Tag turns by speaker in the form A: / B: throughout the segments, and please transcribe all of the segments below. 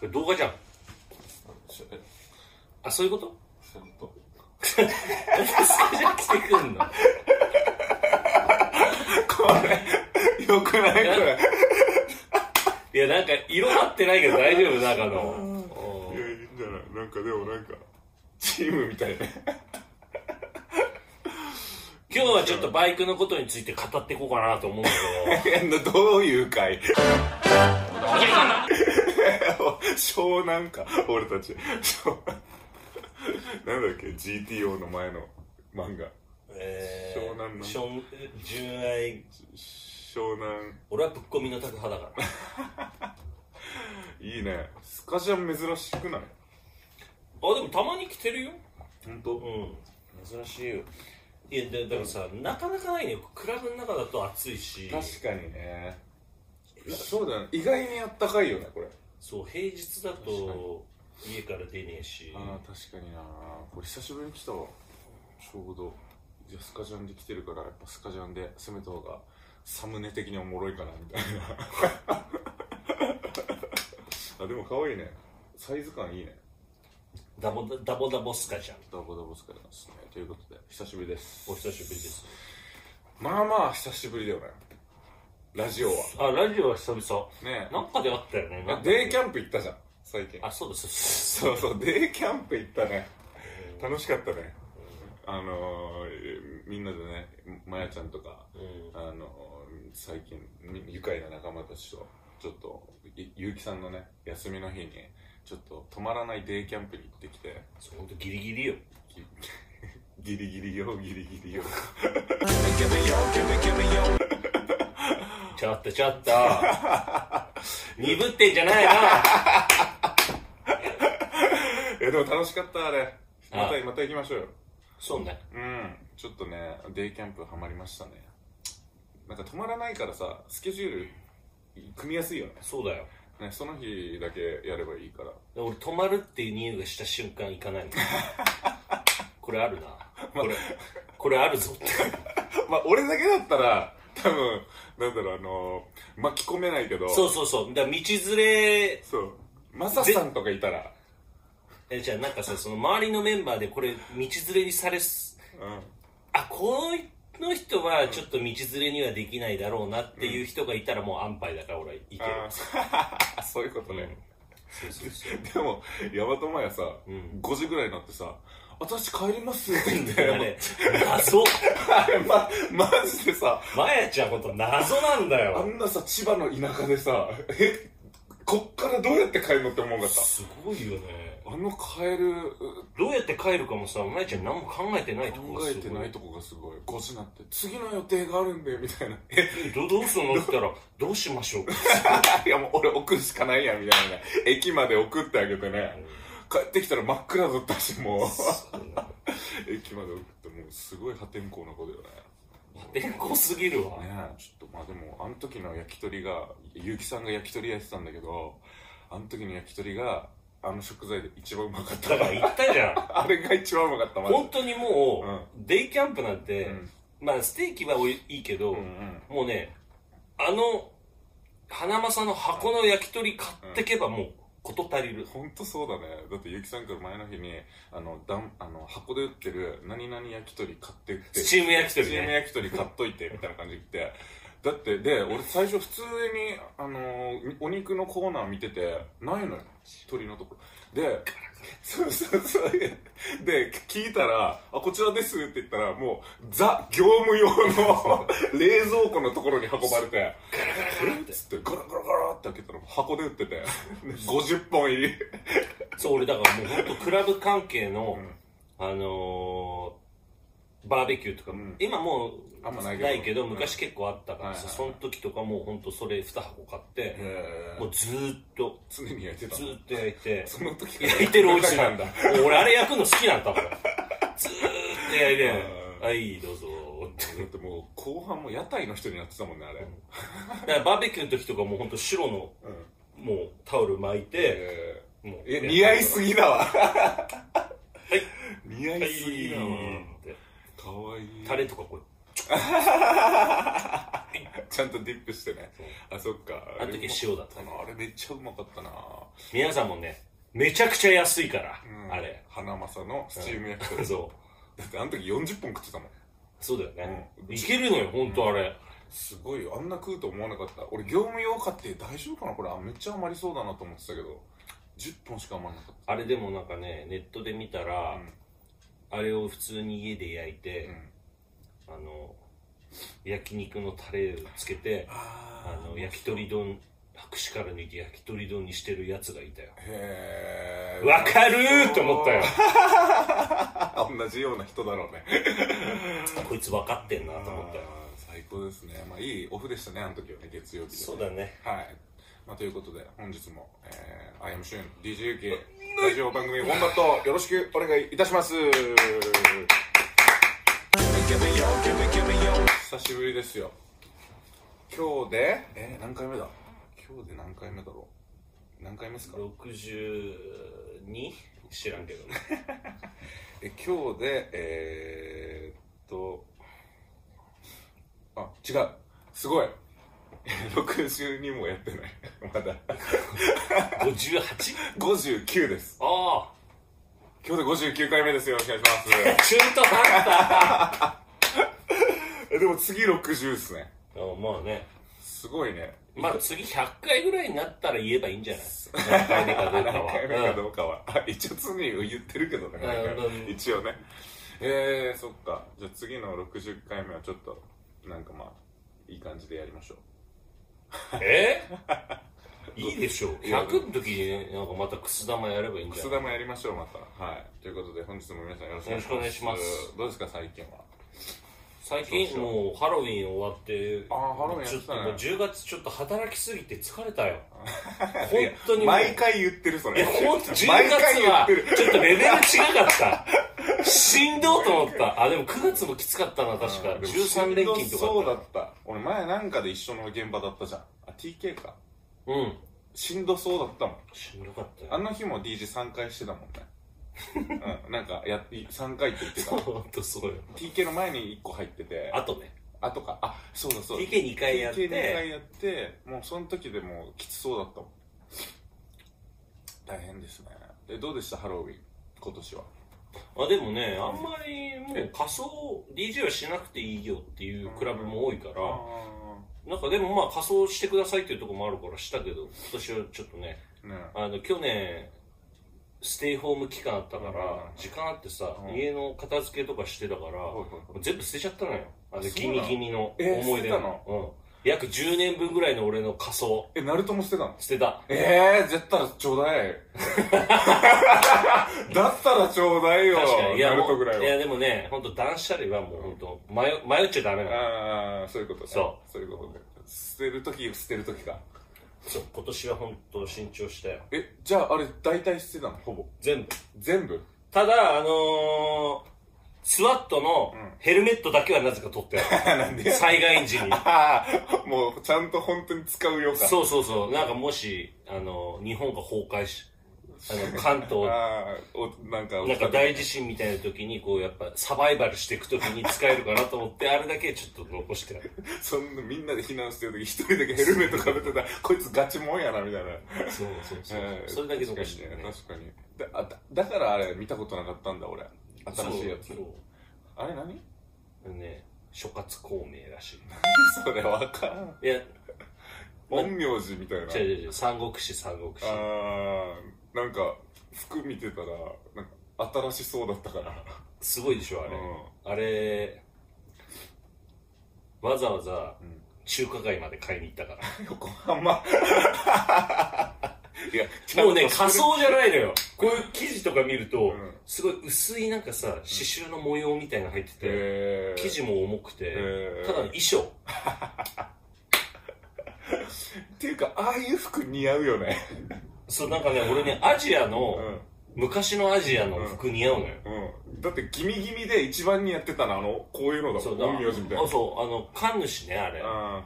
A: これ動画じゃん
B: そういう
A: あそういうこと
B: そういうこと
A: 何でスカジャン着てくんの
B: これよくないこれ
A: いやなんか色合ってないけど大丈夫中の
B: いやいいんじゃないなんかでもなんかチームみたいな
A: 今日はちょっとバイクのことについて語っていこうかなと思うんだ け
B: どういう会湘南か俺たち湘南なんだっけ GTO の前の漫画
A: ど、え
B: 湘南の
A: しょん純愛
B: 湘南
A: 俺はぶっこみの宅派だから
B: いいねスカジャン珍しくない
A: あでもたまに着てるよ
B: 本当
A: うん珍しいよいやだだからさなかなかないのよクラブの中だと暑いし
B: 確かにねそうだね意外にあったかいよねこれ
A: そう平日だと家から出ねえし
B: ああ確かになこれ久しぶりに来たわちょうどじゃあスカジャンで来てるからやっぱスカジャンで攻めた方がサムネ的におもろいかなみたい なあでも可愛いねサイズ感いいね
A: ダボダボダボスカちゃん
B: ダボダボスカジャンですねということで久しぶりです
A: お久しぶりです
B: まあまあ久しぶりだよねラジオは
A: あラジオは久々
B: ね
A: なんかであったよねなんか
B: え
A: で
B: デイキャンプ行ったじゃん最近
A: あそうだそうです
B: そうそうデイキャンプ行ったね楽しかったねあのー、みんなでねまやちゃんとか
A: うん
B: あの最近み愉快な仲間たちとちょっとい結城さんのね休みの日にちょっと泊まらないデイキャンプに行ってきて
A: そうほんとギリギリよ
B: ぎギリギリよギリギリよ
A: ちょっとちょっ と鈍ってんじゃないな
B: えでも楽しかったあれま
A: あ
B: たまた行きましょうよ
A: そうね
B: うんちょっとねデイキャンプハマりましたねなんか泊まらないからさスケジュール組みやすいよね
A: そうだよ
B: ねその日だけやればいいから
A: で俺泊まるっていう匂いがした瞬間行か ないのこれあるなこれこれあるぞって
B: まあ俺だけだったら多分なんだろうあの巻き込めないけど
A: そうそうそうだから道連れ
B: そう。マサさんとかいたら、
A: えじゃあなんかさその周りのメンバーでこれ道連れにされす
B: うん。
A: あこの人はちょっと道連れにはできないだろうなっていう人がいたらもう安牌だから俺はいける
B: ああ、 そういうことね。
A: そうそうそう
B: でも、ヤマトマヤさ、
A: うん
B: 5時ぐらいになってさ、私帰りますって言 っ
A: あ
B: て
A: れ謎
B: あれ、 ま、マジでさ、
A: まやちゃんほんと謎なんだ
B: あ
A: よ
B: んなさ、千葉の田舎でさ、え、こっからどうやって帰るのって思うかっ
A: すごいよね
B: た。あの帰る、
A: どうやって帰るかもさまやちゃん何も考えてないとこ
B: 考
A: がす
B: え
A: ご
B: てないとこがすごい。5時になって、次の予定があるんだよ、みた いな。え、
A: どどうするのって言ったらどうしましょうか
B: いやもう俺送るしかないや、みたいなね。駅まで送ってあげてね。帰ってきたら真っ暗だったし、 もう。駅まで送ってもうすごい破天荒な子だよね
A: 天候すぎるわ
B: ねえちょっとまあでもあの時の焼き鳥が結城さんが焼き鳥やってたんだけどあの時の焼き鳥があの食材で一番うまかった
A: だから言った じゃん
B: あれが一番うまかったマジで
A: 本当にもう、デイキャンプなんて、
B: ん
A: まあステーキはおいいいけど、
B: うんうん
A: もうねあの花正の箱の焼き鳥買ってけばもう事足りる、
B: 本当そうだねだって結城さんから前の日にあのだんあの箱で売ってる何々焼き鳥買ってって
A: スチーム焼き鳥
B: チーム
A: ね
B: 焼き鳥買っといてみたいな感じで来てだってで俺最初普通にあのーお肉のコーナー見ててないのよ鳥のところでそうそうそうで聞いたら「あこちらです」って言ったらもうザ業務用の 冷蔵庫のところに運ばれて「えっ?」つってガラガラガラって開けたら箱で売っててで50本入り
A: そう俺だからもう本当クラブ関係の、あのーバーベキューとか、
B: ん
A: 今もう
B: あんまないけど
A: ないけど
B: うん
A: 昔結構あったからさ、
B: はいはいはい
A: その時とかもう本当それ2箱買って、
B: へ
A: もうずーっと
B: 常に焼いてた
A: ず
B: の
A: ーっと焼い て
B: その時から
A: 焼いてるお家な
B: なんん
A: だ
B: だ
A: 俺あれ焼くの好きなんだもんずーっと焼いて
B: うん
A: はいどうぞって
B: だってもう後半も屋台の人になってたもんねあれ、
A: だからバーベキューの時とかもうほんと白の
B: うん
A: もうタオル巻いて、
B: え
A: もう
B: ー、え似合いす
A: ぎ
B: ぎだわ
A: い
B: 似合いすぎだわ
A: って
B: かわいい
A: タレとかこう
B: ちゃんとディップしてね
A: そう
B: あそっか
A: あの時塩だった
B: あのあれめっちゃうまかったな
A: 皆さんもね、めちゃくちゃ安いから、
B: うん
A: あれ。
B: 花正のスチーム焼き鳥
A: そう。
B: だってあの時40本食ってたもん
A: そうだよね。
B: うん
A: いけるのよ、ほんとあれ。
B: すごいよあんな食うと思わなかった俺業務用買って大丈夫かなこれあめっちゃ余りそうだなと思ってたけど10本しか余らなかっ
A: あれでもなんかね、ネットで見た
B: た
A: ら、
B: うん
A: あれを普通に家で焼いて
B: う、ん
A: あの、焼肉のタレをつけて、あ
B: あ
A: の、焼き鳥丼、白紙から抜いて焼き鳥丼にしてるやつがいたよ。
B: へえ
A: わかるーと思ったよ。
B: 同じような人だろうね
A: こいつ分かってんなと思ったよ。
B: あー最高ですねまあいいオフでしたねあの時はね月曜日でね
A: そうだね。
B: はい、まあ、ということで本日も「えー、アイアムシュン DJ ユキラジオ番組「ウォンバット」よろしくお願いいたします久しぶりですよ今日でえー、何回目だ今日で何回目だろう何回目ですか
A: 62? 知らんけ どね。
B: え今日でえー、っとあ違うすごい 62もやってない まだ
A: 58?
B: 59です
A: あ
B: 今日で59回目ですよろしくお願いし
A: あ、中途半端
B: ますえでも次60ですね
A: うんまあね。
B: すごいね
A: まあ次100回ぐらいになったら言えばいいんじゃ ない何回目かどうか
B: 何回目か
A: は。うん
B: どうかは、あ一応常に言ってるけどね
A: なるほどね
B: 一応ねえー、そっかじゃあ次の60回目はちょっとなんかまあいい感じでやりましょう
A: えいいでしょう。100の時にね、なんかまたくす玉やればいいんじゃ
B: くす
A: ない
B: 玉やりましょうまたはいということで本日も皆さんよろしく
A: よろしくお願いします
B: どうですか最近は
A: 最近もうハロウィン終わって、
B: あーハロウィンや
A: ちょっ
B: っ
A: てと
B: たね
A: もう10月ちょっと働きすぎて疲れた よ。本当にもう
B: 毎回言ってるそ
A: い
B: れ
A: や、ほんと、10月
B: 毎回言っ
A: は
B: てる、
A: ちょっとレベル違か った。しんどうと思った。あ、でも9月もきつかったな、確か。
B: でも
A: 13連勤とか。
B: そうだった俺前なんかで一緒の現場だったじゃんあ TK か
A: うん。
B: しんどそうだったもん
A: しんどかった
B: あ
A: よ。
B: の日も DJ3 回してたもん ねうんなんかやって3回って言ってた
A: ほんとそうよ。
B: TK の前に1個入ってて
A: あとね、
B: あとかあそうだそうだ
A: TK2 回やっ
B: TK 2回
A: て、
B: やってもうその時でもうきつそうだったもん大変ですねでどうでしたハロウィン今年は
A: あ、でもね、あんまりもう仮装、DJ はしなくていいよっていうクラブも多いから、なんかでもまあ仮装してくださいっていうところもあるからしたけど、今年はちょっとね、
B: ね
A: あの去年ステイホーム期間あったから、
B: うんうんうん
A: 時間あってさ、
B: うん
A: 家の片付けとかしてたから、
B: いはいはい
A: もう全部捨てちゃったのよあの
B: そう
A: ギ
B: なの
A: ミギミの
B: え
A: 思い出
B: 捨てた
A: うん、約10年分ぐらいの俺の仮装
B: えナルトもしてたの
A: 捨てた
B: ええー、だったらちょうだい。 だったらちょうだいよ。
A: 確かにいや
B: ナル
A: も
B: トぐ
A: う
B: らい
A: いや
B: は。
A: でもね本当断捨離はもう本当迷迷っちゃダメなの
B: ああ、そういうことね。。
A: そう
B: そういうことね。捨てるとき、捨てるときか。
A: そう今年は本当慎重したよ
B: え、じゃああれ、大体捨てたのほぼ。
A: 全部
B: 全部
A: ただあのースワットのヘルメットだけ はなぜか取って ある。災害時に。
B: ああ、もうちゃんと本当に使うよか。う。
A: そうそうそう。なんかもし、あの、日本が崩壊し、あの、関東、
B: ああ、お、なんか、
A: なんか大地震みたいな時に、こう、やっぱ、サバイバルしていく時に使えるかなと思って、あれだけちょっと残してある。
B: そんなみんなで避難してるとき、一人だけヘルメットかぶってたら、こいつガチもんやな、みたいな。
A: そうそう そう
B: え。ー
A: それだけ残してるね。
B: 確かにね。確かにだあだだからあれ、見たことなかったんだ、俺。新しいやつ
A: そう。
B: あれ何
A: そうね、諸葛孔明らしい。
B: それわからん。
A: いや、
B: 陰陽師みたいな。
A: 違う違う違う、三国志三国志。
B: あー、なんか、服見てたら、なんか、新しそうだったから。
A: すごいでしょ、あれ。あれ、わざわざ、中華街まで買いに行ったから。
B: 横浜。いや、ちゃんと
A: もうね、仮装じゃないのよ。こういう記事とか見ると、
B: ん
A: すごい薄いなんかさ、刺繍の模様みたいなの入ってて、
B: えー
A: 生地も重くて、
B: えー
A: ただの衣装。
B: っていうか、ああいう服似合うよね。
A: そう、なんかね、俺ね、アジアの、
B: う
A: 昔のアジアの服似合うのよ。
B: ん。うん。だって、ギミギミで一番似合ってたの、あの、こういうのだ
A: そ
B: も。
A: うんだ
B: 陰陽師みたいな
A: あ。そう、あの、神主ね、あれ。
B: あ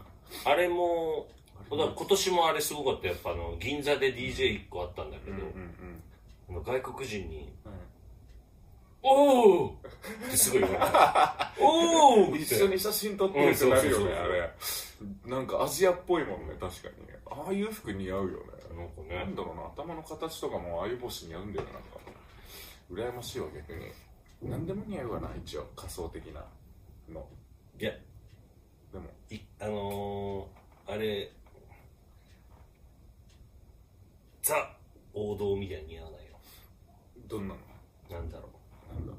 A: あれも、だから今年もあれすごかった。やっぱあの、銀座で DJ1 個あったんだけ
B: ー
A: ど、
B: うんうんうん。
A: あの外国人に、
B: うん
A: おおってすごい言われ た。おお
B: 一緒に写真撮ってるってなるよね、あれ。なんかアジアっぽいもんね、確かに。ああいう服似合うよね。
A: なんか
B: な
A: ね
B: ん、だろうな、頭の形とかもああいう帽子似合うんだよな、なんか。羨ましいわ、逆に。何でも似合うわな、一応、仮想的なの。
A: いや、
B: でも、
A: いあのー、あれ、ザ王道みたいに似合わないよ。
B: どんなの
A: なんだろ
B: なんだ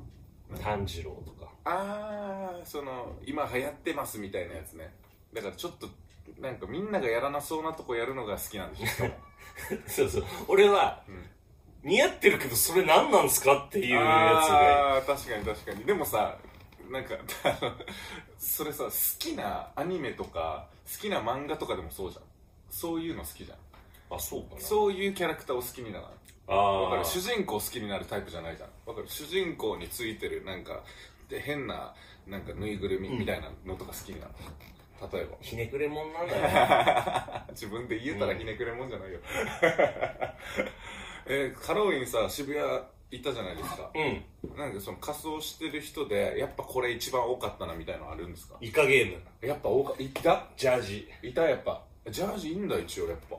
A: う、炭治郎とか。
B: ああ、その、今流行ってますみたいなやつね。だからちょっと、なんかみんながやらなそうなとこやるのが好きなんでしょしかも、
A: そうそう。俺は、
B: うん
A: 似合ってるけど、それ何なんすかっていうや
B: ああ確かに確かにでもさなんかそれさ好きなアニメとか好きな漫画とかでもそうじゃんそういうの好きじゃ
A: つで。
B: ん
A: あ、そうかな。う。
B: そういうキャラクターを好きにならないわか
A: あ
B: る
A: あ。
B: 主人公好きになるタイプじゃないじゃんわかる主人公についてるなんかで変ななんかぬいぐるみみたいなのとか好きになる、例えば
A: ひねくれもんなんだよ。
B: 自分で言えたらひねくれもんじゃないよ、 えーハロウィンさ渋谷行ったじゃないですか
A: うん。
B: なんかその仮装してる人でやっぱこれ一番多かったなみたいなのあるんですか
A: イカゲーム。
B: やっぱ多かいた
A: ジャージ。
B: いたやっぱジャージいいんだ一応やっぱ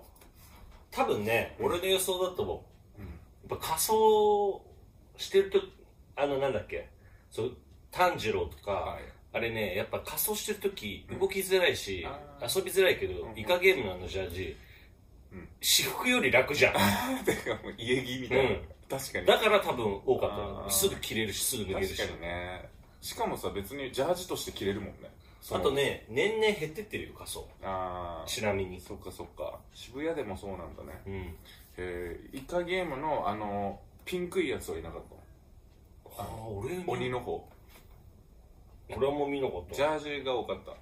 A: 多分ね、俺の予想だと思う。
B: うん
A: やっぱ仮装してると、あの、なんだっけ、そう、炭治郎とか、
B: はい
A: あれね、やっぱ仮装してるとき、動きづらいし、
B: あ
A: 遊びづらいけど、
B: うん
A: イカゲームのあのジャージ、
B: うん
A: 私服より楽じゃん。
B: てかもう家着みたいな、
A: うん
B: 確かに
A: だから多分多かったよ
B: あー
A: すぐ着れるし、すぐ脱げる
B: 確
A: し
B: か。にねしかもさ別にジャージとして着れるもんねそ
A: あ
B: の
A: とね、年々減ってってるよ、仮装。
B: あ
A: ちなみ
B: あ
A: に。
B: そっかそっか渋谷でもそうなんだね
A: うん。
B: えー、イカゲームのあのピンクいやつはいなかったの
A: あー俺も
B: 鬼の方
A: 俺はもう見なかっ
B: ジ
A: た。
B: ャージが多かった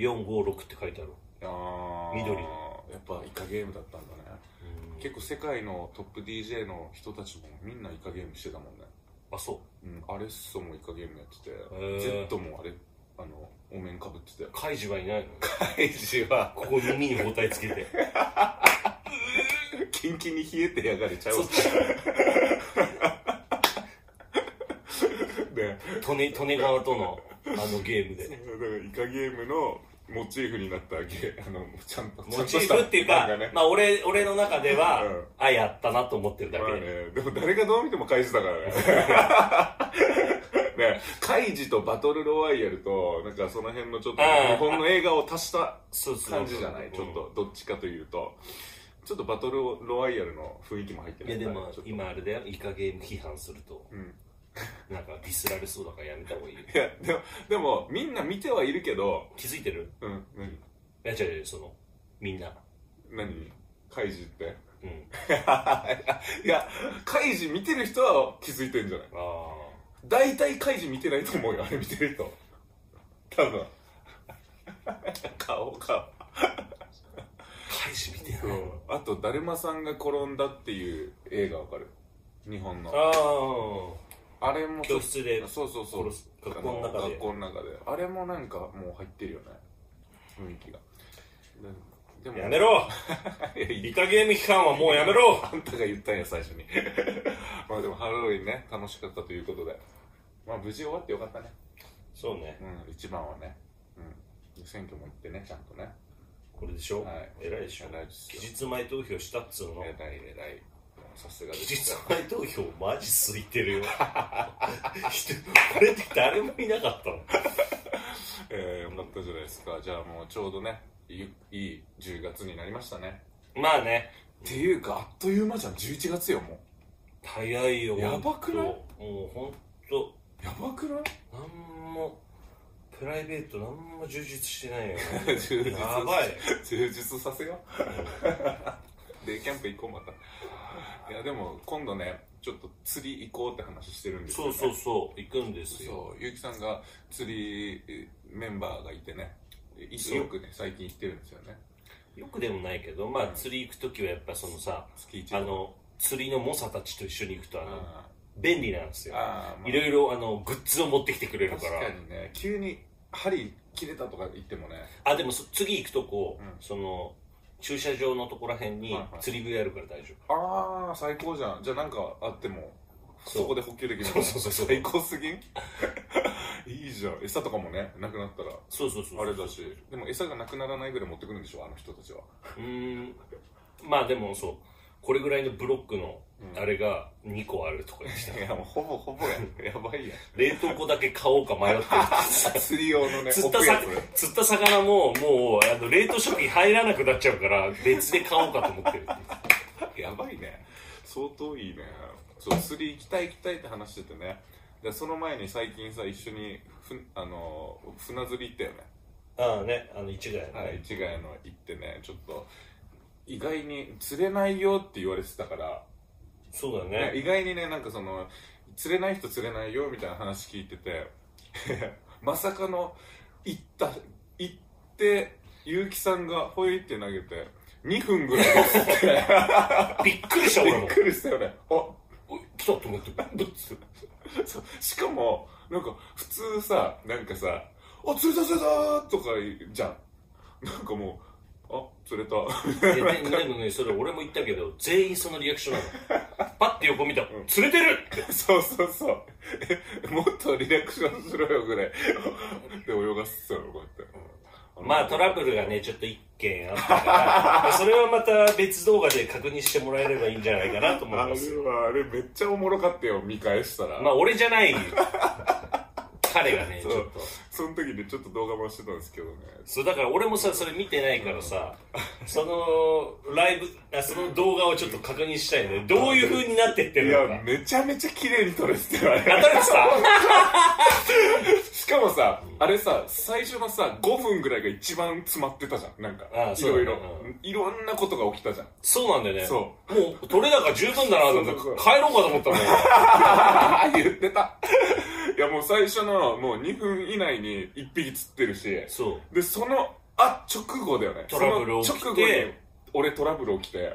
A: 456って書いてある。
B: あー
A: 緑
B: やっぱイカゲームだったんだね
A: うん
B: 結構世界のトップ DJ の人たちもみんなイカゲームしてたもんね、
A: あ、そう。
B: うん、アレッソもイカゲームやって
A: ー
B: て Z もあれあのお面かぶってたよ
A: カイジはいないの
B: カイジは
A: ここ耳に包帯つけ て。
B: キンキンに冷えてやがれちゃ
A: そうっ
B: ね
A: 利根、利根川との、あのゲーム
B: だ
A: で。
B: からイカゲームのモチーフになったゲあの ちゃんと
A: モチーフっていうか
B: ちゃんとした漫画ね、
A: まあ俺、俺の中では
B: うん、
A: あ、やったなと思ってるだ
B: まあ
A: け。
B: ね、でも誰がどう見てもカイジだからね。 ね、カイジとバトルロワイヤルと、なんかその辺のちょっと
A: ああ
B: 日本の映画を足した
A: そうそう。
B: 感じじゃないちょっとどっちかというと、ちょっとバトルロワイヤルの雰囲気も入って
A: うん。
B: ないい
A: やでも
B: ちょっ、と
A: 今あれだよ、イカゲーム批判すると、
B: うん、
A: なんかディスられそうだからやめた方がいいよ。
B: いやでもでもみんな見てはいるけど、
A: 気づいてる
B: うん、
A: いや違う違う、その、みんな。
B: 何何カイジって
A: うん。
B: いやカイジ見てる人は気づいてんじゃない
A: ああ。
B: 大体カイジ見てないと思うよあれ見てる人 多分顔顔
A: カイジ見てない。
B: あと「だるまさんが転んだ」っていう映画わかる日本の
A: ああ。
B: あれもちょ
A: 教
B: っと
A: 室で、
B: そうそうそう
A: 殺す学校の中で
B: あ学校の中であれもなんかもう入ってるよね雰囲気がでも
A: やめろ
B: いやい い
A: イカゲーム批判はもうやめろ
B: あんたが言ったんや最初に まあでもハロウィンね楽しかったということでまあ無事終わってよかったね
A: そうね。
B: うん一番はねうん選挙も行ってねちゃんとね
A: これでしょ
B: はい
A: 偉いでしょ
B: 偉いですよ
A: 期日前投票したっつうの
B: 偉い偉いさすがで
A: 期
B: す
A: 日前投票マジ空いてるよ 人これって誰もいなかったの
B: えー、よかったじゃないですかじゃあもうちょうどねいいいい10月になりましたね
A: まあね
B: っていうかあっという間じゃん11月よも
A: 早いよ
B: やばくない
A: ほんともうほんと
B: うやばくない
A: なんもプライベートなんも充実してないよ
B: 充実
A: やばい
B: 充実させよう デイキャンプ行こうまたいやでも今度ねちょっと釣り行こうって話してるんです よ、
A: そう
B: ね、
A: そうそう行くんですよ
B: そうゆうきさんが釣りえメンバーがいてねい
A: そう
B: よくね最近行ってるんですよね
A: よくでもないけどまあ釣り行く時はやっぱそのさ
B: 月一
A: あの釣りの猛者たちと一緒に行くとあの
B: あ
A: 便利なんです
B: ー
A: よ
B: あー、まあ
A: いろいろあのグッズを持ってきてくれるか
B: 確
A: ら
B: かにね急に針切れたとか言ってもね
A: あでもそ次行くとこ、
B: うん
A: その駐車場のとこら辺に
B: はいはい
A: 釣り具屋あるから大丈夫、
B: ああ最高じゃんじゃあなんかあっても
A: そう
B: そこで補給できる
A: そうそうそうそう
B: 最高すぎん いいじゃん餌とかもねなくなったら
A: そうそうそう
B: あれだしでも餌がなくならないぐらい持ってくるんでしょあの人たちは
A: うーんまあでもそうこれぐらいのブロックのあれが2個あるとか言ってた
B: いやもうほぼほぼややばいやん
A: 冷凍庫だけ買おうか迷ってる
B: 釣り用の ね
A: 釣った
B: 置くや
A: さ
B: つ
A: 釣った魚ももうあの冷凍食品入らなくなっちゃうから別で買おうかと思 ってる
B: やばいね相当いいねそう釣り行きたい行きたいって話しててねでその前に最近さ一緒にふあの船釣り行った
A: ああ
B: よね
A: ねあの一概の
B: はい、市ヶ谷の行ってねちょっと意外に釣れないよって言われてたから、
A: そうだ
B: ね
A: ね
B: 意外にねなんかその釣れない人釣れないよみたいな話聞いてて まさかの行った行って結城さんがほいって投げて2分ぐらいで釣 って
A: びっくりした
B: び
A: 俺
B: っ
A: も
B: くりしたよねあ
A: おい来たと 思ってブッつ
B: そうしかもなんか普通さなんかさ「あ釣れた釣れた!」とかじゃんなんかもう「あ釣れた」
A: いやででもねそれ俺も言ったけど全員そのリアクションなの パッて横見たら「釣れてる!」って
B: そうそうそう。え、もっとリラクションしろよぐらい。 で、泳がせてたの、こうやって。
A: まあトラブルがねちょっと一件あったから まあそれはまた別動画で確認してもらえればいいんじゃないかなと思い
B: あれ
A: ます
B: は、あれめっちゃおもろかったよ、見返したら。
A: まあ俺じゃない彼がねち
B: そ
A: ょ
B: う
A: っと
B: その時にちょっと動画回してたんですけどね。
A: そうだから俺もさそれ見てないからさ、そのライブあその動画をちょっと確認したいねどういう風になってって
B: い
A: るの
B: や、
A: か
B: めちゃめちゃ綺麗に撮れてたよ、あれ
A: 当たれて た
B: しかもさ、あれさ、最初のさ、5分ぐらいが一番詰まってたじゃん。なんか
A: あ、あ
B: い
A: そう
B: ろいろ
A: う。
B: いろんなことが起きたじゃん。
A: そうなんだよね
B: そ
A: もう取れ高十分だなと思って
B: そうそうそう
A: 帰ろうかと思 ったもん
B: ああ、言ってた。いや、もう最初の、もう2分以内に1匹釣ってるし。
A: そう
B: でそのあ直後だよね
A: トラブル起きて
B: その直後に俺トラブル起きて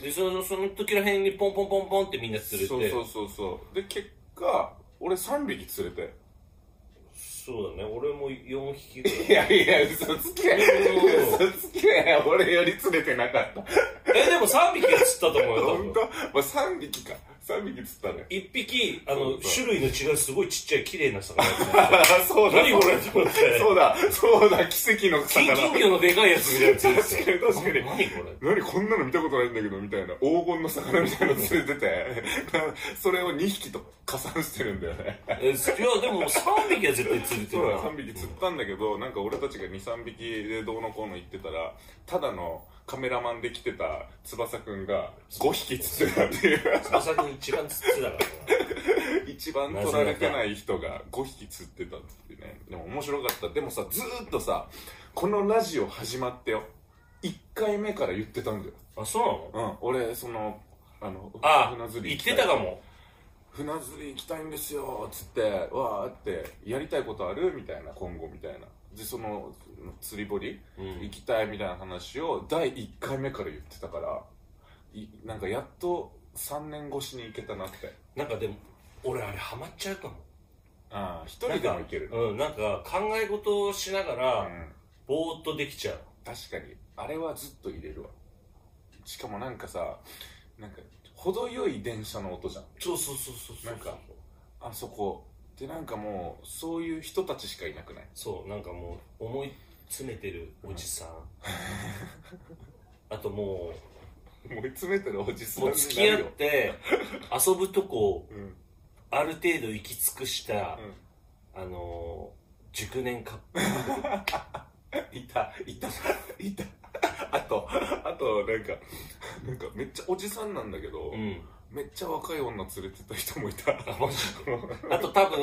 A: でそのその時らへんにポンポンポンポンってみんな釣れて
B: そうそうそうそうで結果俺3匹釣れて
A: そうだね俺も4匹ぐらい
B: いやいや嘘つけ
A: うん
B: 嘘つけ俺より釣れてなかった
A: えでも3匹は釣ったと思うよ
B: 本
A: 多
B: 当
A: 分
B: まあ3匹か3匹釣ったね
A: 1匹あ
B: そう
A: の
B: そう
A: 種類の違うすごいちっちゃい綺麗な 魚
B: あそうだ
A: 何これと思って
B: そうだそうだ奇跡の
A: 金
B: 魚
A: 金魚のでかいやつみたいなやつ
B: 確かに確か
A: 何
B: に
A: これ
B: 何こんなの見たことないんだけどみたいな黄金の魚みたいなの釣れてて それを2匹と加算してるんだよね
A: えいやでも3匹は絶対釣れて
B: そう
A: る
B: だ
A: な
B: 3匹釣ったんだけど、なんか俺たちが23匹でどうのこうの言ってたらただのカメラマンで来てた翼くんが5匹釣ってたっていう
A: 翼くん一番釣ってたからな
B: 一番取られてない人が5匹釣ってたっていうねでも面白かったでもさずーっとさこのラジオ始まってよ1回目から言ってたんだよ、
A: あそうなの
B: うん、俺そのあの
A: あ
B: 行
A: 言っ
B: きい
A: てたかも
B: 船釣り行きたいんですよっつってわーってやりたいことあるみたいな今後みたいなでその釣り堀、
A: うん
B: 行きたいみたいな話を第1回目から言ってたからいなんかやっと3年越しに行けたなって
A: なんかでも俺あれハマっちゃうかも
B: ああ1人でも行ける
A: うんなんか考え事をしなが
B: う
A: ら
B: ん
A: ぼーっとできちゃう
B: 確かにあれはずっと入れるわしかもなんかさなんか程よい電車の音じゃん
A: そうそうそうそうそう
B: なんかあそこでなんかもうそういう人たちしかいなくない
A: そうなんかもう思い詰めてるおじ さん、あとも
B: もう詰めてるおじ
A: う
B: さん
A: もう
B: になるよ
A: 付き合って遊ぶとこ
B: うん
A: ある程度行き尽くした、
B: う
A: あのー熟年カップ
B: ん、いたいた いたあとあとなんかなんかめっちゃおじさんなんだけど、
A: うん
B: めっちゃ若い女連れてた人もいた
A: あマジ あと多分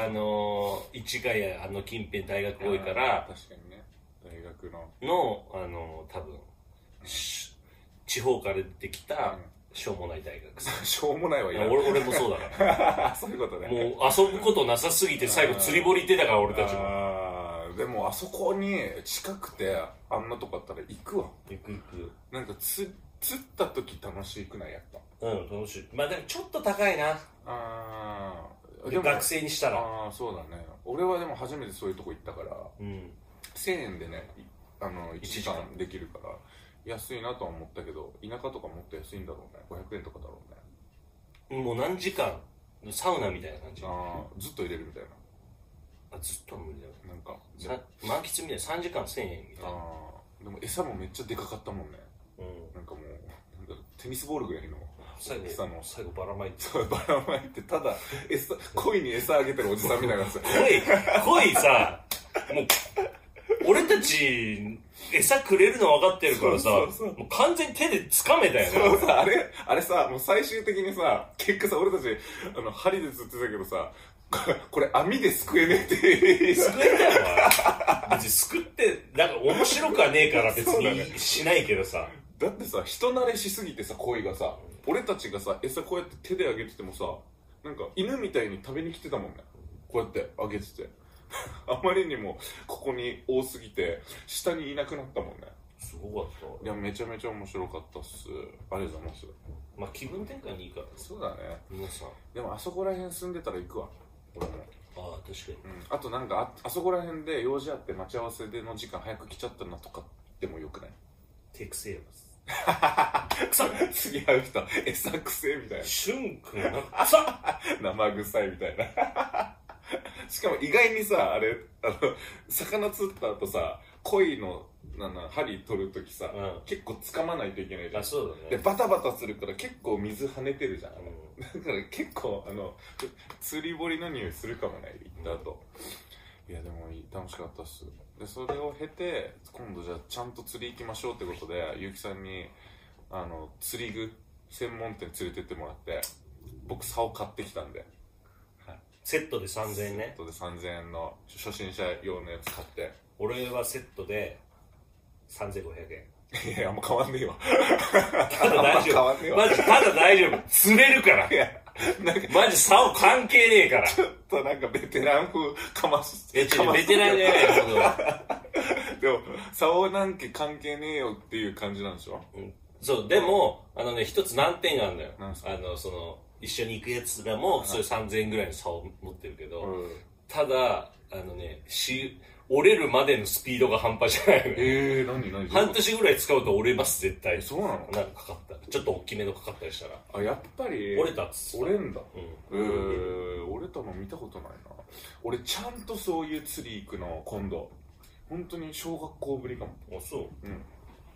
A: あのー市ヶ谷あの近辺大学多いから
B: 確かにね大学の
A: のあのー多分し地方から出てきた
B: うん
A: しょうもない大学生
B: しょうもないわ
A: 俺俺もそうだから
B: や そういうことね
A: もう遊ぶことなさすぎて最後釣り堀行ってたから俺たちも
B: あーでもあそこに近くてあんなとこあったら行くわ
A: 行く行く
B: なんかつ釣った時楽しくないやっぱ
A: うん楽しいまあでもちょっと高いな
B: ああ
A: 学生にしたら
B: ああそうだね俺はでも初めてそういうとこ行ったから
A: うん
B: 1000円でねいあの1時
A: 時
B: 間
A: 間
B: できるから安いなとは思ったけど田舎とかもっと安いんだろうね500円とかだろうね
A: もう何時間サウナみたいな感じ
B: あーずっと入れるみたいな
A: あずっと無理だよ
B: なんかで
A: さ満喫みたいな3時間1000円みたいな
B: あーでも餌もめっちゃでかかったもんね
A: うん
B: なんかもうなんだろうテニスボールぐらいの
A: 最後
B: 大きさの
A: 最後ばらまいて
B: そうばらまいてただ餌鯉に餌あげてるおじさんみたいなさ
A: 恋恋さもう俺たち餌くれるの分かってるからさ
B: そうそうそう
A: もう完全に手で掴めたよ
B: そう
A: ね
B: さあれあれさもう最終的にさ結果さ俺たちあの針で釣ってたけどさこれこれ網ですくえねえって
A: 救えたよお前別に救ってなんか面白くはねえから別
B: そうだね
A: にしないけどさ
B: だってさ人慣れしすぎてさ鯉がさ俺たちがさ餌こうやって手であげててもさなんか犬みたいに食べに来てたもんねこうやってあげて てあまりにもここに多すぎて下にいなくなったもんね
A: すごかった
B: いやめちゃめちゃ面白かったっすありがとうございます
A: まあ気分転換にいいから
B: そうだね
A: 皆さんあ
B: でもあそこら辺住んでたら行くわ俺も
A: あ確かに
B: うんあとなんかああそこら辺で用事あって待ち合わせでの時間早く来ちゃったなとかでもよくない
A: 手癖よ
B: 次会う人餌くせえみたい
A: しゅんくんなんかさ
B: な生臭いみたいな しかも意外にさあれあの魚釣った後さ鯉のなんなん針取る時さ、
A: うん
B: 結構掴まないといけないじゃ
A: あ
B: ん
A: そうだ
B: で
A: ね
B: バタバタするから結構水跳ねてるじゃんあれ
A: う
B: だから結構あの釣り堀の匂いするかもね行った後、いやでもいい楽しかったっすでそれを経て今度じゃあちゃんと釣り行きましょうってことで結城さんにあの釣り具専門店連れてってもらって僕竿買ってきたんで
A: んセットで3000円ね
B: 後で3000円の初心者用のやつ買って
A: 俺はセットで3500円
B: いやあんま変わんねえわ
A: ただ大
B: 変わんねえ
A: 丈夫
B: わ
A: マジただ大丈夫釣れるから
B: いやなんか
A: マジ竿関係ねえから
B: ちょっとなんかベテラン風かまし
A: えちょ
B: か
A: っと
B: ま
A: ベ
B: し
A: テランじゃないけど
B: でも竿なんて関係ねえよっていう感じなんでしょ
A: そう、でも、あのね、一つ難点があるんだよ。
B: なんですか
A: あの、その、一緒に行くやつらも、それ3000円ぐらいの差を持ってるけど、
B: うん
A: ただ、あのね、し、折れるまでのスピードが半端じゃないのよ。
B: ええー、何何
A: 半年ぐらい使うと折れます、絶対。
B: そうなの
A: なんかかかった。ちょっと大きめのかかったりしたら。
B: あやっぱり
A: 折れたっつって
B: 折れんだ
A: う
B: えー、折れたの見たことないな俺ちゃんとそういう釣り行くの今度本当に小学校ぶりかも
A: ん。あ、そう。
B: うん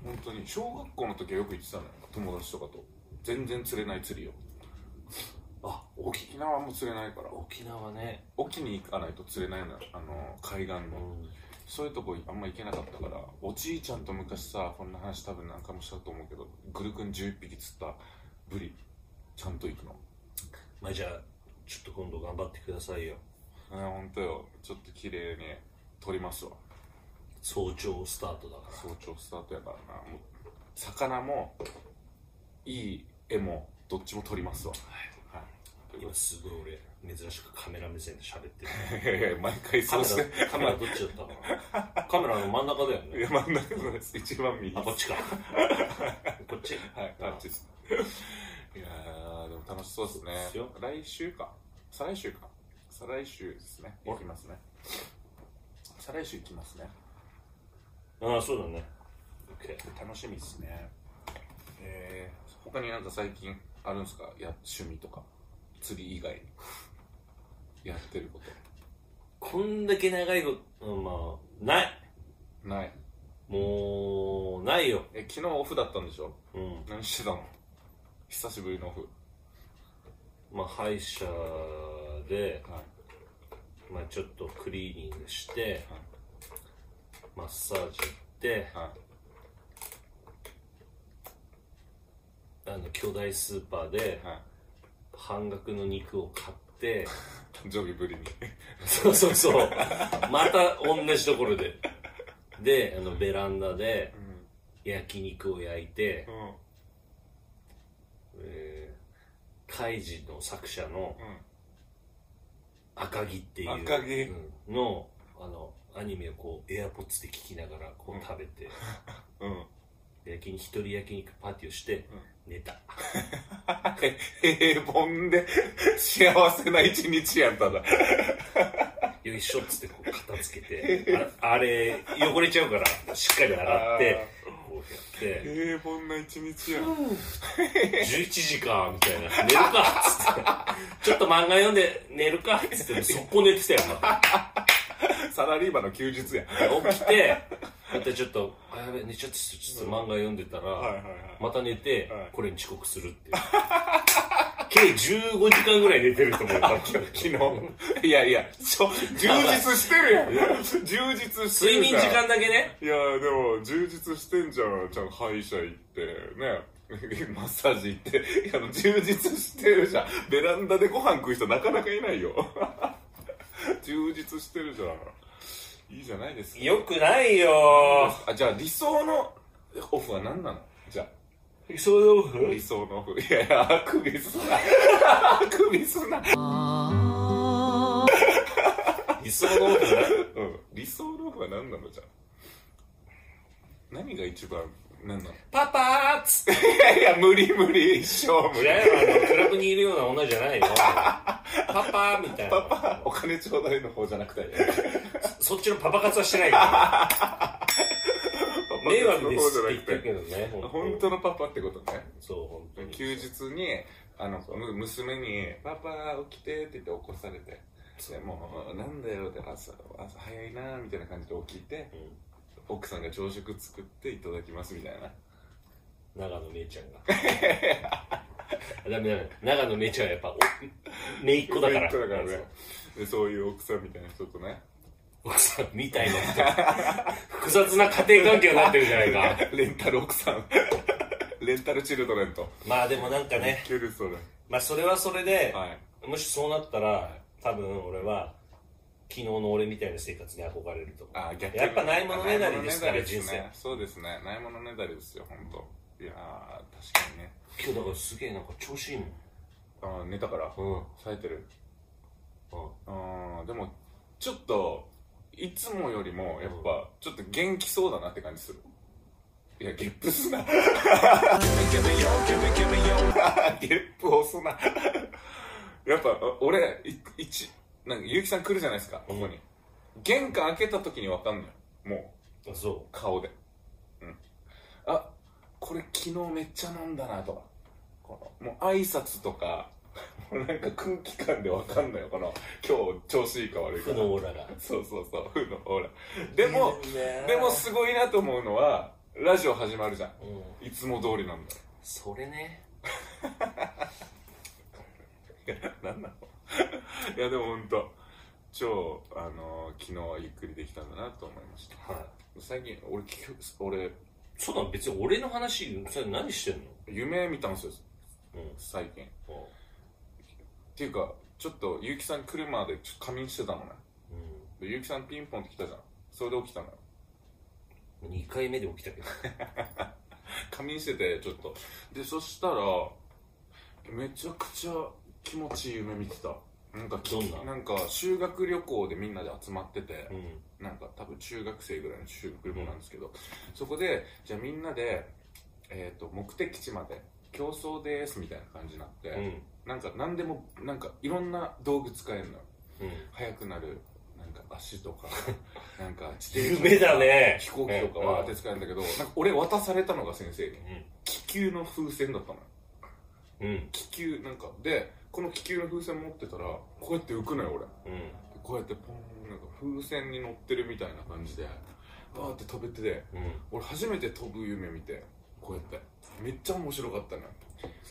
B: 本当に小学校の時はよく行ってたのよ友達とかと全然釣れない釣りよ
A: あ、沖
B: 沖縄も釣れないから
A: 沖縄ね。
B: 沖に行かないと釣れないのよあの海岸の、
A: うん。
B: そういうとこあんま行けなかったからおじいちゃんと昔さこんな話多分何回もしたと思うけどグル君11匹釣ったブリちゃんと行くの
A: まあ、じゃあ、ちょっと今度頑張ってくださいよ。
B: ね本当よちょっと綺麗に撮りますわ
A: 早朝スタートだから。
B: 早朝スタートやからなもう魚もいい絵もどっちも撮りますわはい
A: 今すごい俺、珍しくカメラ目線で喋ってる。
B: いやいや 毎回
A: カ
B: そう
A: メ
B: して
A: ラ、カメラどっちだったかなカメラの真ん中だよ
B: い
A: ね。
B: や真ん中の一番右
A: あ、こっち か。こっち。
B: はいあっちですいやーでも楽しそうですね
A: そうですよ
B: 来週か再来週か再来週ですね
A: お
B: 行きますね再来週行きますね
A: ああ、そうだね。オッケ
B: 楽しみですねえー、他になんか最近あるんですかや趣味とか釣り以外にやってるこ
A: ー。こんだけ長いこと、うんまあ、ない。
B: とない
A: もう、ないよ。
B: え昨日オフだったんでしょ
A: うん。
B: 何してたの久しぶりのオフ
A: まあ、歯医者で、
B: はい
A: まあ、ちょっとクリーニングして
B: はい、
A: マッサージ行って、
B: は
A: あの、巨大スーパーで
B: い、は
A: 半額の肉を買って、
B: い誕生日ぶりに
A: そうそうそう。また同じところで。で、あの、ベランダで、焼肉を焼いて、
B: うんうん
A: えー、カイジの作者の赤木っていう
B: 赤木
A: うんのあのアニメをこうエアポッツで聞きながらこう食べて、
B: うんうん
A: 焼き一人焼肉パーティーをして、寝た
B: 平凡で幸せな一日やっただ
A: よいしょっつってこう片付けてああれ汚れちゃうからしっかり洗ってこうやってって、
B: 平凡な一日やん
A: 11時か、みたいな。寝るか、つって。ちょっと漫画読んで寝るか、つって、速攻寝てたよな。
B: サラリーマンの休日やん
A: 起きて、またちょっと、あ、やべ、寝ちゃってた、ちょっと漫画読んでたら、
B: はいはいはい
A: また寝て
B: はい、
A: これに遅刻するっていう。計15時間ぐらい寝てると思うよ 多分
B: 昨日いやいやちょ充実してるやん充実して
A: 睡
B: る
A: 眠時間だけね。
B: いやでも充実してんじゃんちゃんと歯医者行ってね マッサージ行っていや充実してるじゃんベランダでご飯食う人なかなかいないよ 充実してるじゃんいいじゃないですか
A: よくないよ
B: あじゃあ理想のオフは何なのじゃあ
A: そういうこ
B: 理想のオフいやいやあくびすなあくびすな、
A: と理想のオフ
B: うん、理想のオフは何なのじゃあ何が一番何なの
A: パパーっつって。
B: いやいや無理無理一生無
A: 違う
B: 理
A: よ、あの、クラブにいるような女じゃないよ。パパーみたいな。
B: あお金ちょうだいの方じゃなくて
A: そっちのパパ活はしてない から。迷惑ですって言ってるけどね。
B: 本当のパパってことね
A: そう、本当に。
B: 休日にあのむ娘に「パパ起きて」って言って起こされてでもう「なんだよ」って朝朝早いなみたいな感じで起きて
A: うん
B: 奥さんが朝食作っていただきますみたいな
A: 長野めいちゃんが。 ダメダメ。長野めいちゃんはやっぱ、おめいっ子だから。
B: イベントだからねでそういう奥さんみたいな人とね
A: 奥さんみたいな人。複雑な家庭環境になってるじゃないか。
B: レンタル奥さんレンタルチルドレンと
A: まあでもなんか
B: い
A: ね、
B: けるそれ
A: まあそれはそれで、
B: はい
A: もしそうなったら、多分俺は、昨日の俺みたいな生活に憧れると思う。
B: あ逆に
A: やっぱないものねだりですか
B: な
A: ら、
B: いもの
A: 人
B: ねだりです
A: 生。
B: ねそうですねないものねだりですよ本当いやー確かにね
A: 今日だからすげえなんか調子いいもん。
B: あー寝たから
A: うん。
B: 冴えてる
A: うん
B: あーでもちょっといつもよりもやっぱちょっと元気そうだなって感じするいやゲップすな ゲップ押すなやっぱお俺い一なんか結城さん来るじゃないですかここに玄関開けた時に分かんのよもう
A: あそ
B: 顔で、うん、あこれ昨日めっちゃ飲んだなとかこのもう挨拶とか もうなんか空気感でわかんないよこの今日調子いいか悪
A: う。
B: いか
A: 負
B: ら
A: のオーラが。
B: そうそうそう負のオーラでもでもすごいなと思うのはラジオ始まるじゃ
A: うん、
B: んいつも通りなんだよ
A: それね。
B: なんなの いやでも本当超あの昨日はゆっくりできたんだなと思いました
A: はい。
B: 最近俺聞く俺
A: そうだ、別に俺の話、それ何してんの
B: 夢見たんですよ
A: うん。
B: 最近っていうかちょっと結城さん来るまでちょっと仮眠してたのねで結城さんピンポンって来たじゃんそれで起きたのよ
A: うん。2回目で起きたけど。
B: 仮眠しててちょっとでそしたらめちゃくちゃ気持ちいい夢見てたなんかき
A: どんなん
B: か修学旅行でみんなで集まってて
A: う、ん。
B: なんか多分中学生ぐらいの修学旅行なんですけど、そこでじゃあみんなで、えー、と目的地まで競争ですみたいな感じになって、
A: うん。
B: なんか何でもなんかいろんな道具使えるのよ
A: うん。
B: 速くなるなんか足とか なんか自転車
A: 夢だね。
B: 飛行機とかは当て
A: う
B: つかないんだけど、なんか俺渡されたのが先生に
A: ん。
B: 気球の風船だったのよ
A: うん。うん。
B: 気球なんかでこの気球の風船持ってたらこうやって浮くのよ俺
A: うん。
B: こうやってポーンなんか風船に乗ってるみたいな感じでバーって飛べてて
A: うん。
B: 俺初めて飛ぶ夢見てこうやってめっちゃ面白かったのよ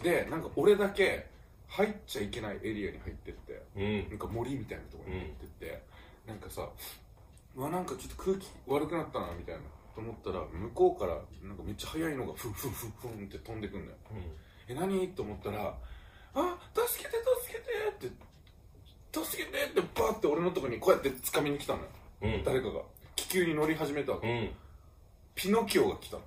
B: でなんか俺だけ入っちゃいけないエリアに入ってって
A: うん。
B: なんか森みたいなところに行ってって、なんかさうわなんかちょっと空気悪くなったなみたいなと思ったら向こうからなんかめっちゃ速いのがフンフンフンフンって飛んでくんだよえ何と思ったら「あ助けて助けて」って助けてってバーって俺のとこにこうやって掴みに来たのよ
A: うん。うん。
B: 誰かが気球に乗り始めたわけ
A: うん。
B: ピノキオが来たの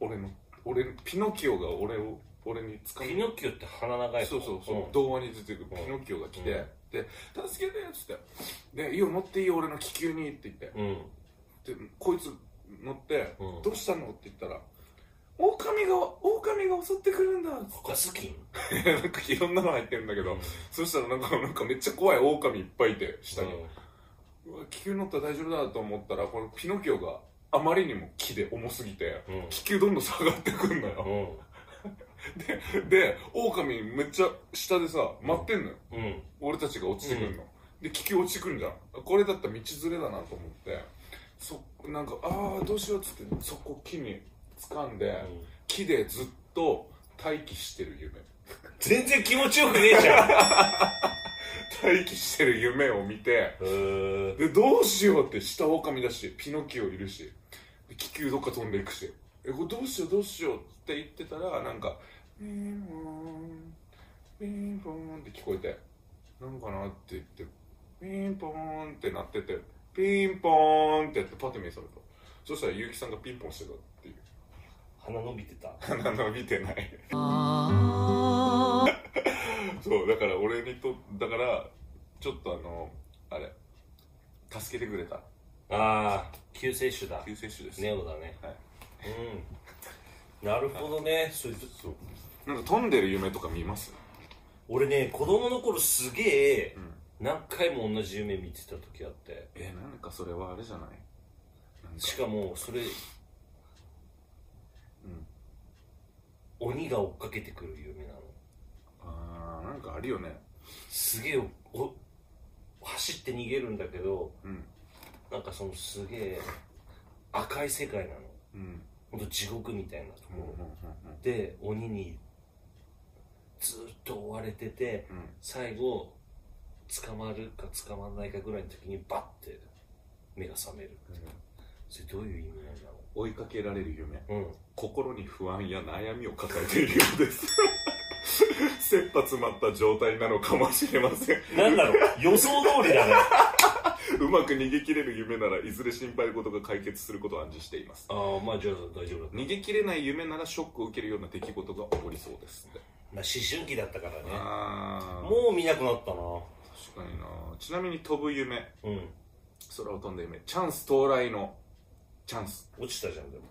B: 俺の俺ピノキオが俺を俺に掴み
A: ピノキオって鼻長い
B: そうそうそう、
A: ん
B: 童話に出てくるピノキオが来て、で「助けて」っつって「でいいよ乗っていいよ俺の気球に」って言って
A: うん。
B: でこいつ乗って「
A: うん
B: どうしたの?」って言ったら「狼が狼が襲ってくるんだ」っつっ
A: 他好き
B: て なんかいろんなの入ってるんだけど、そしたらなんかなんかめっちゃ怖い狼いっぱいいて下に、うわ気球乗ったら大丈夫だと思ったらこのピノキオがあまりにも木で重すぎて
A: うん
B: 気球どんどん下がってくんのよ
A: うん
B: で狼めっちゃ下でさ待ってんのよ
A: うん
B: 俺たちが落ちてくるの、で気球落ちてくるんじゃんこれだったら道連れだなと思ってそなんかああどうしようっつってそこ木に掴んで、木でずっと待機してる夢
A: 全然気持ちよくねえじゃん
B: 待機してる夢を見て
A: うーん
B: でどうしようって下狼だしピノキオいるしで気球どっか飛んでいくしえこれどうしようどうしようって言ってたらなんかピンポーンピンポーンって聞こえてなんかなって言ってピンポーンってなっててピンポーンってやってパッて目覚めたそしたら結城さんがピンポンしてたっていう
A: 鼻伸びてた
B: 鼻伸びてないそうだから俺にとだからちょっとあのあれ助けてくれた
A: ああ救世主だ
B: 救世主です
A: ネオだね
B: はい
A: うんなるほどねそれちょっと
B: なんか飛んでる夢とか見ます
A: 俺ね子供の頃すげえ
B: うん
A: 何回も同じ夢見てた時あって
B: えなんかそれはあれじゃないなんか
A: しかもそれ
B: うん
A: 鬼が追っかけてくる夢なの
B: あーなんかあるよね
A: すげえお走って逃げるんだけど
B: うん
A: なんかそのすげえ赤い世界なの
B: うんうん
A: ほんと地獄みたいなとこ
B: うんうん
A: ろ、で鬼にずっと追われてて
B: うん
A: 最後捕まるか捕まらないかぐらいの時にバッて目が覚めるそれどういう意味なんだ
B: 追いかけられる夢
A: ろううん
B: 心に不安や悩みを抱えているようです 切羽詰まった状態なのかもしれません
A: なんだろう予想通りだね
B: うまく逃げ切れる夢ならいずれ心配事が解決することを暗示しています
A: ああまあじゃあ大丈夫だった、
B: 逃げ切れない夢ならショックを受けるような出来事が起こりそうですって
A: まあ、思春期だったからね
B: あ
A: もう見なくなったな
B: 確かになちなみに飛ぶ夢
A: うん
B: 空を飛んだ夢チャンス到来のチャンス
A: 落ちたじゃんでも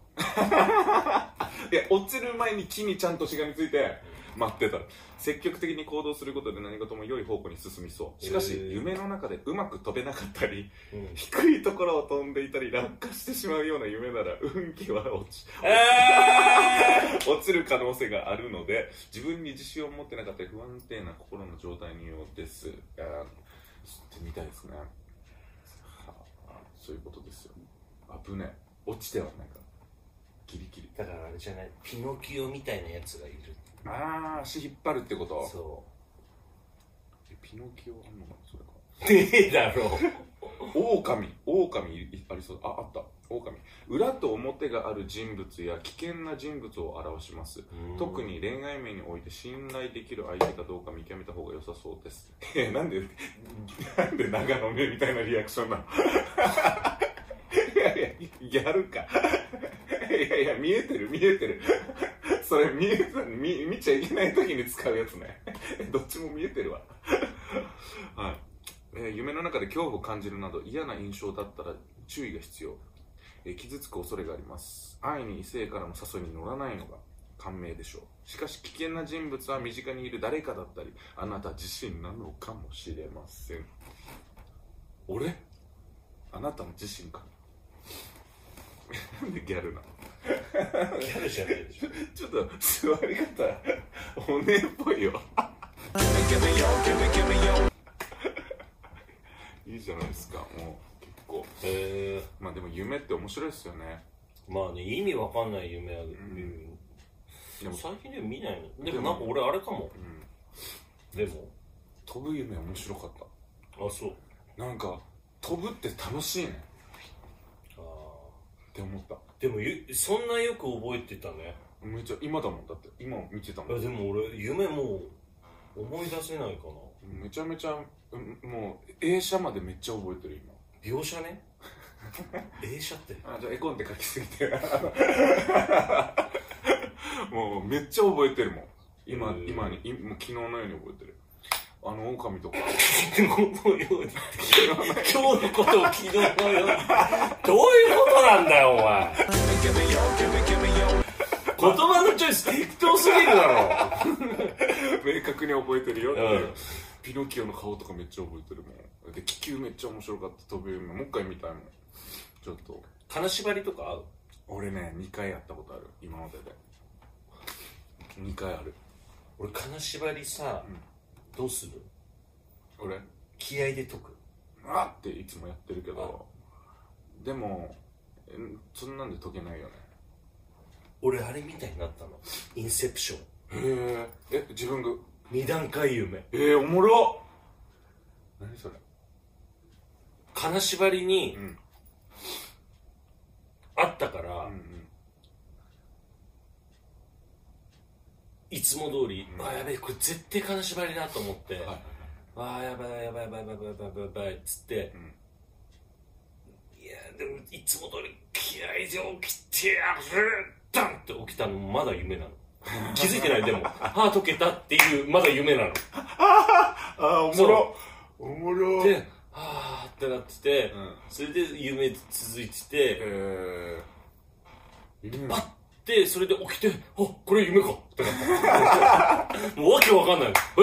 B: いや落ちる前に木にちゃんとしがみついて待ってた積極的に行動することで何事も良い方向に進みそうしかし
A: へー
B: 夢の中でうまく飛べなかったり
A: うん
B: 低いところを飛んでいたり落下してしまうような夢なら運気は落ち
A: え
B: 落ちる可能性があるので自分に自信を持ってなかったり不安定な心の状態にようですあー知ってみたいですねはあそういうことですよ危ねえ落ちてはないからギリギリ
A: だからあれじゃないピノキオみたいなやつがいる
B: ああ足引っ張るってこと
A: そ
B: えピノキオあんのかなそれか
A: う ねえだろ
B: オオカミオオカミありそうああったオオカミ裏と表がある人物や危険な人物を表します特に恋愛面において信頼できる相手かどうか見極めた方が良さそうです。 え、なんで、なんで長野めみたいなリアクションなの いやいや、やるか。 いやいや、見えてる見えてる。それ見えた見、見ちゃいけない時に使うやつね。 どっちも見えてるわ。はい。えー夢の中で恐怖を感じるなど嫌な印象だったら注意が必要。えー傷つく恐れがあります愛に異性からの誘いに乗らないのが感銘でしょうしかし危険な人物は身近にいる誰かだったりあなた自身なのかもしれません俺あなたも自身かななんでギャルなの
A: ギャルじゃないでしょ
B: ちょっと座り方お姉っぽいよいいじゃないですかもう結構
A: へえ
B: まあでも夢って面白いですよね
A: まあね意味わかんない夢は、
B: でも
A: 最近でも見ないのでもなんか俺あれかも、でも
B: 飛ぶ夢面白かった
A: あそう
B: なんか飛ぶって楽しいね
A: あ
B: って思った
A: ーでもゆそんなよく覚えてたね
B: めっちゃ今だもんだって今見てたも
A: え
B: ん
A: でも俺夢もう思い出せないかな
B: めちゃめちゃうんもう映写までめっちゃ覚えてる今
A: 描写ね映写って
B: あじゃあ絵コンって書きすぎて もうめっちゃ覚えてるもん今
A: うん
B: 今にいもう昨日のように覚えてるあの狼とか
A: 昨日のように今日のことを昨日のようにどういうことなんだよお前言葉のチョイス適当すぎるだろ
B: 明確に覚えてるよっていう、
A: うん
B: ピノキオの顔とかめっちゃ覚えてるもんで気球めっちゃ面白かった飛ぶ夢もう一回見たいもんちょっと
A: 金縛りとか合う
B: 俺ね2回やったことある今までで2回ある
A: 俺金縛りさ、
B: うん
A: どうする
B: 俺
A: 気合で解く
B: あっていつもやってるけどでもえそんなんで解けないよね
A: 俺あれみたいになったのインセプション
B: へええ自分が
A: 二段階夢
B: えー、おもろ何それ
A: 金縛りに
B: うん
A: あったか
B: う
A: ら、
B: んうん
A: いつも通り、
B: うん
A: あやべえこれ絶対金縛りだと思って、
B: はいはい
A: ああやばいやばいやばいやばいやばいやばいやばいっつって、いやでもいつも通り気合で起きてやるダンって起きたのまだ夢なの気づいてないでも歯溶けたっていうまだ夢なの
B: ああお
A: もろ
B: おもろ
A: ではあってなってて、
B: うん
A: それで夢続いてて、
B: えー、うん
A: パッてそれで起きて「あこれ夢か」ってなったもうわけわかんないえ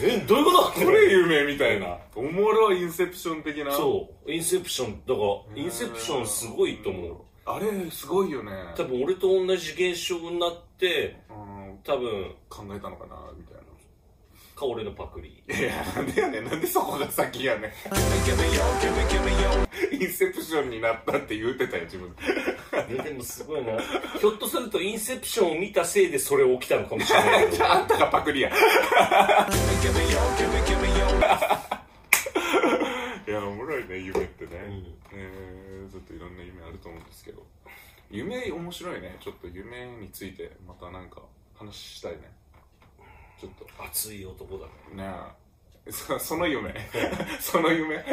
A: えどういうこと
B: これ有名みたいなおもろインセプション的な
A: そうインセプションだからインセプションすごいと思う
B: あれすごいよね
A: 多分俺と同じ現象になって
B: うん
A: 多分
B: 考えたのかなみたいな
A: か俺のパクリ
B: いや、なんでやねん。なんでそこが先やねん。インセプションになったって言うてたよ、自分。
A: いやでもすごいなひょっとするとインセプションを見たせいでそれ起きたのかもしれないけど
B: あんたがパ クリや。いや、おもろいね、夢ってね。
A: ん
B: えー、ちょっといろんな夢あると思うんですけど。夢面白いね。ちょっと夢について、またなんか話したいね。ちょっと。
A: 熱い男だ
B: ねえ。そ その夢。その夢。
A: ね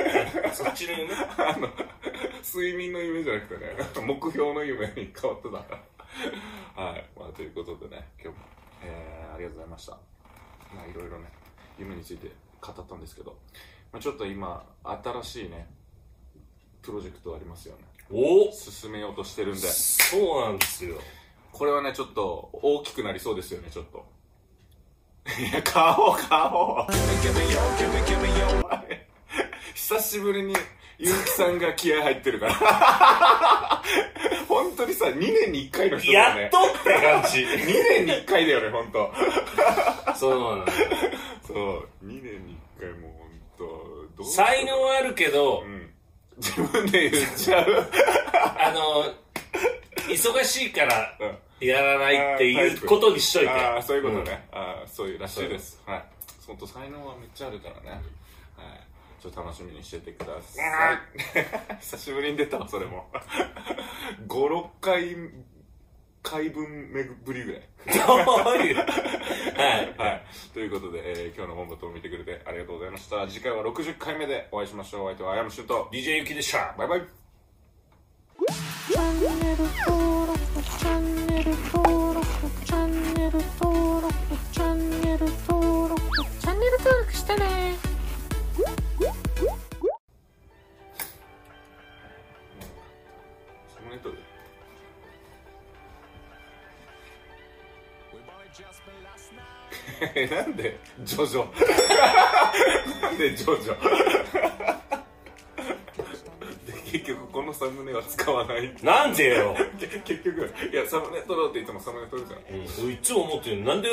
A: そっちの夢
B: あの、睡眠の夢じゃなくてね、目標の夢に変わってた。 はい。まあ、ということでね、今日も、えー、ありがとうございました。まあ、いろいろね、夢について語ったんですけど、まあ、ちょっと今、新しいね、プロジェクトありますよね。
A: お
B: 進めようとしてるんで、
A: そうなんですよ
B: これはね、ちょっと大きくなりそうですよね、ちょっと。いや、顔、顔。 久しぶりに、ゆうきさんが気合入ってるから。 本当にさ、2年に1回の人だよ
A: や
B: ね
A: っ。とって感じ
B: 2年に1回だよね、本当。
A: そうなんだ
B: そう、2年に1回もう本当、どう
A: 才能はあるけど、
B: うん。自分で言っちゃう。
A: あの、忙しいから
B: うん
A: やらないっていうことにしといて。
B: ああそういうことね、ああそういうらしいですはい本当才能はめっちゃあるからねはいちょっと楽しみにしててください 久しぶりに出たわそれも 56回回分めぶりぐらい
A: うん。どういう。はい。
B: はいということで、えー今日の本部とを見てくれてありがとうございました次回は60回目でお会いしましょうお相手はあやむしゅんと
A: DJ ゆきでした。
B: バイバイ
C: チャンネル登録チャンネル登録チャンネル登録チャンネル登録チャンネル登録してね
B: サムネ イトル
D: We bought it just last night.
B: えなんでジョジョなんでジョジョ で結局このサムネは使わない
A: なんで よ。
B: け結局いやサムネ撮ろうっていつもサムネ撮るじゃ
A: うん、いつも思ってる。なんで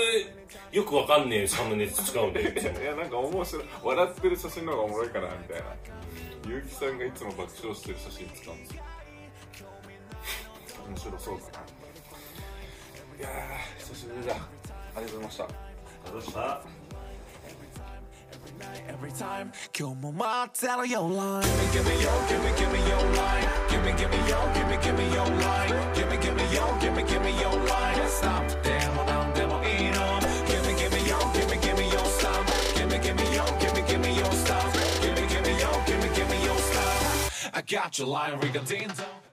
A: よくわかんねえサムネ使うんだよ、いつも
B: んいやなんか面白い笑ってる写真の方がおもろいかなみたいな結城さんがいつも爆笑してる写真使うんですよ面白そうだないやー久しぶりだありがとうございました
A: どうした
D: Every time, 今日も待ってるよ line I got your line, Rigadinzo.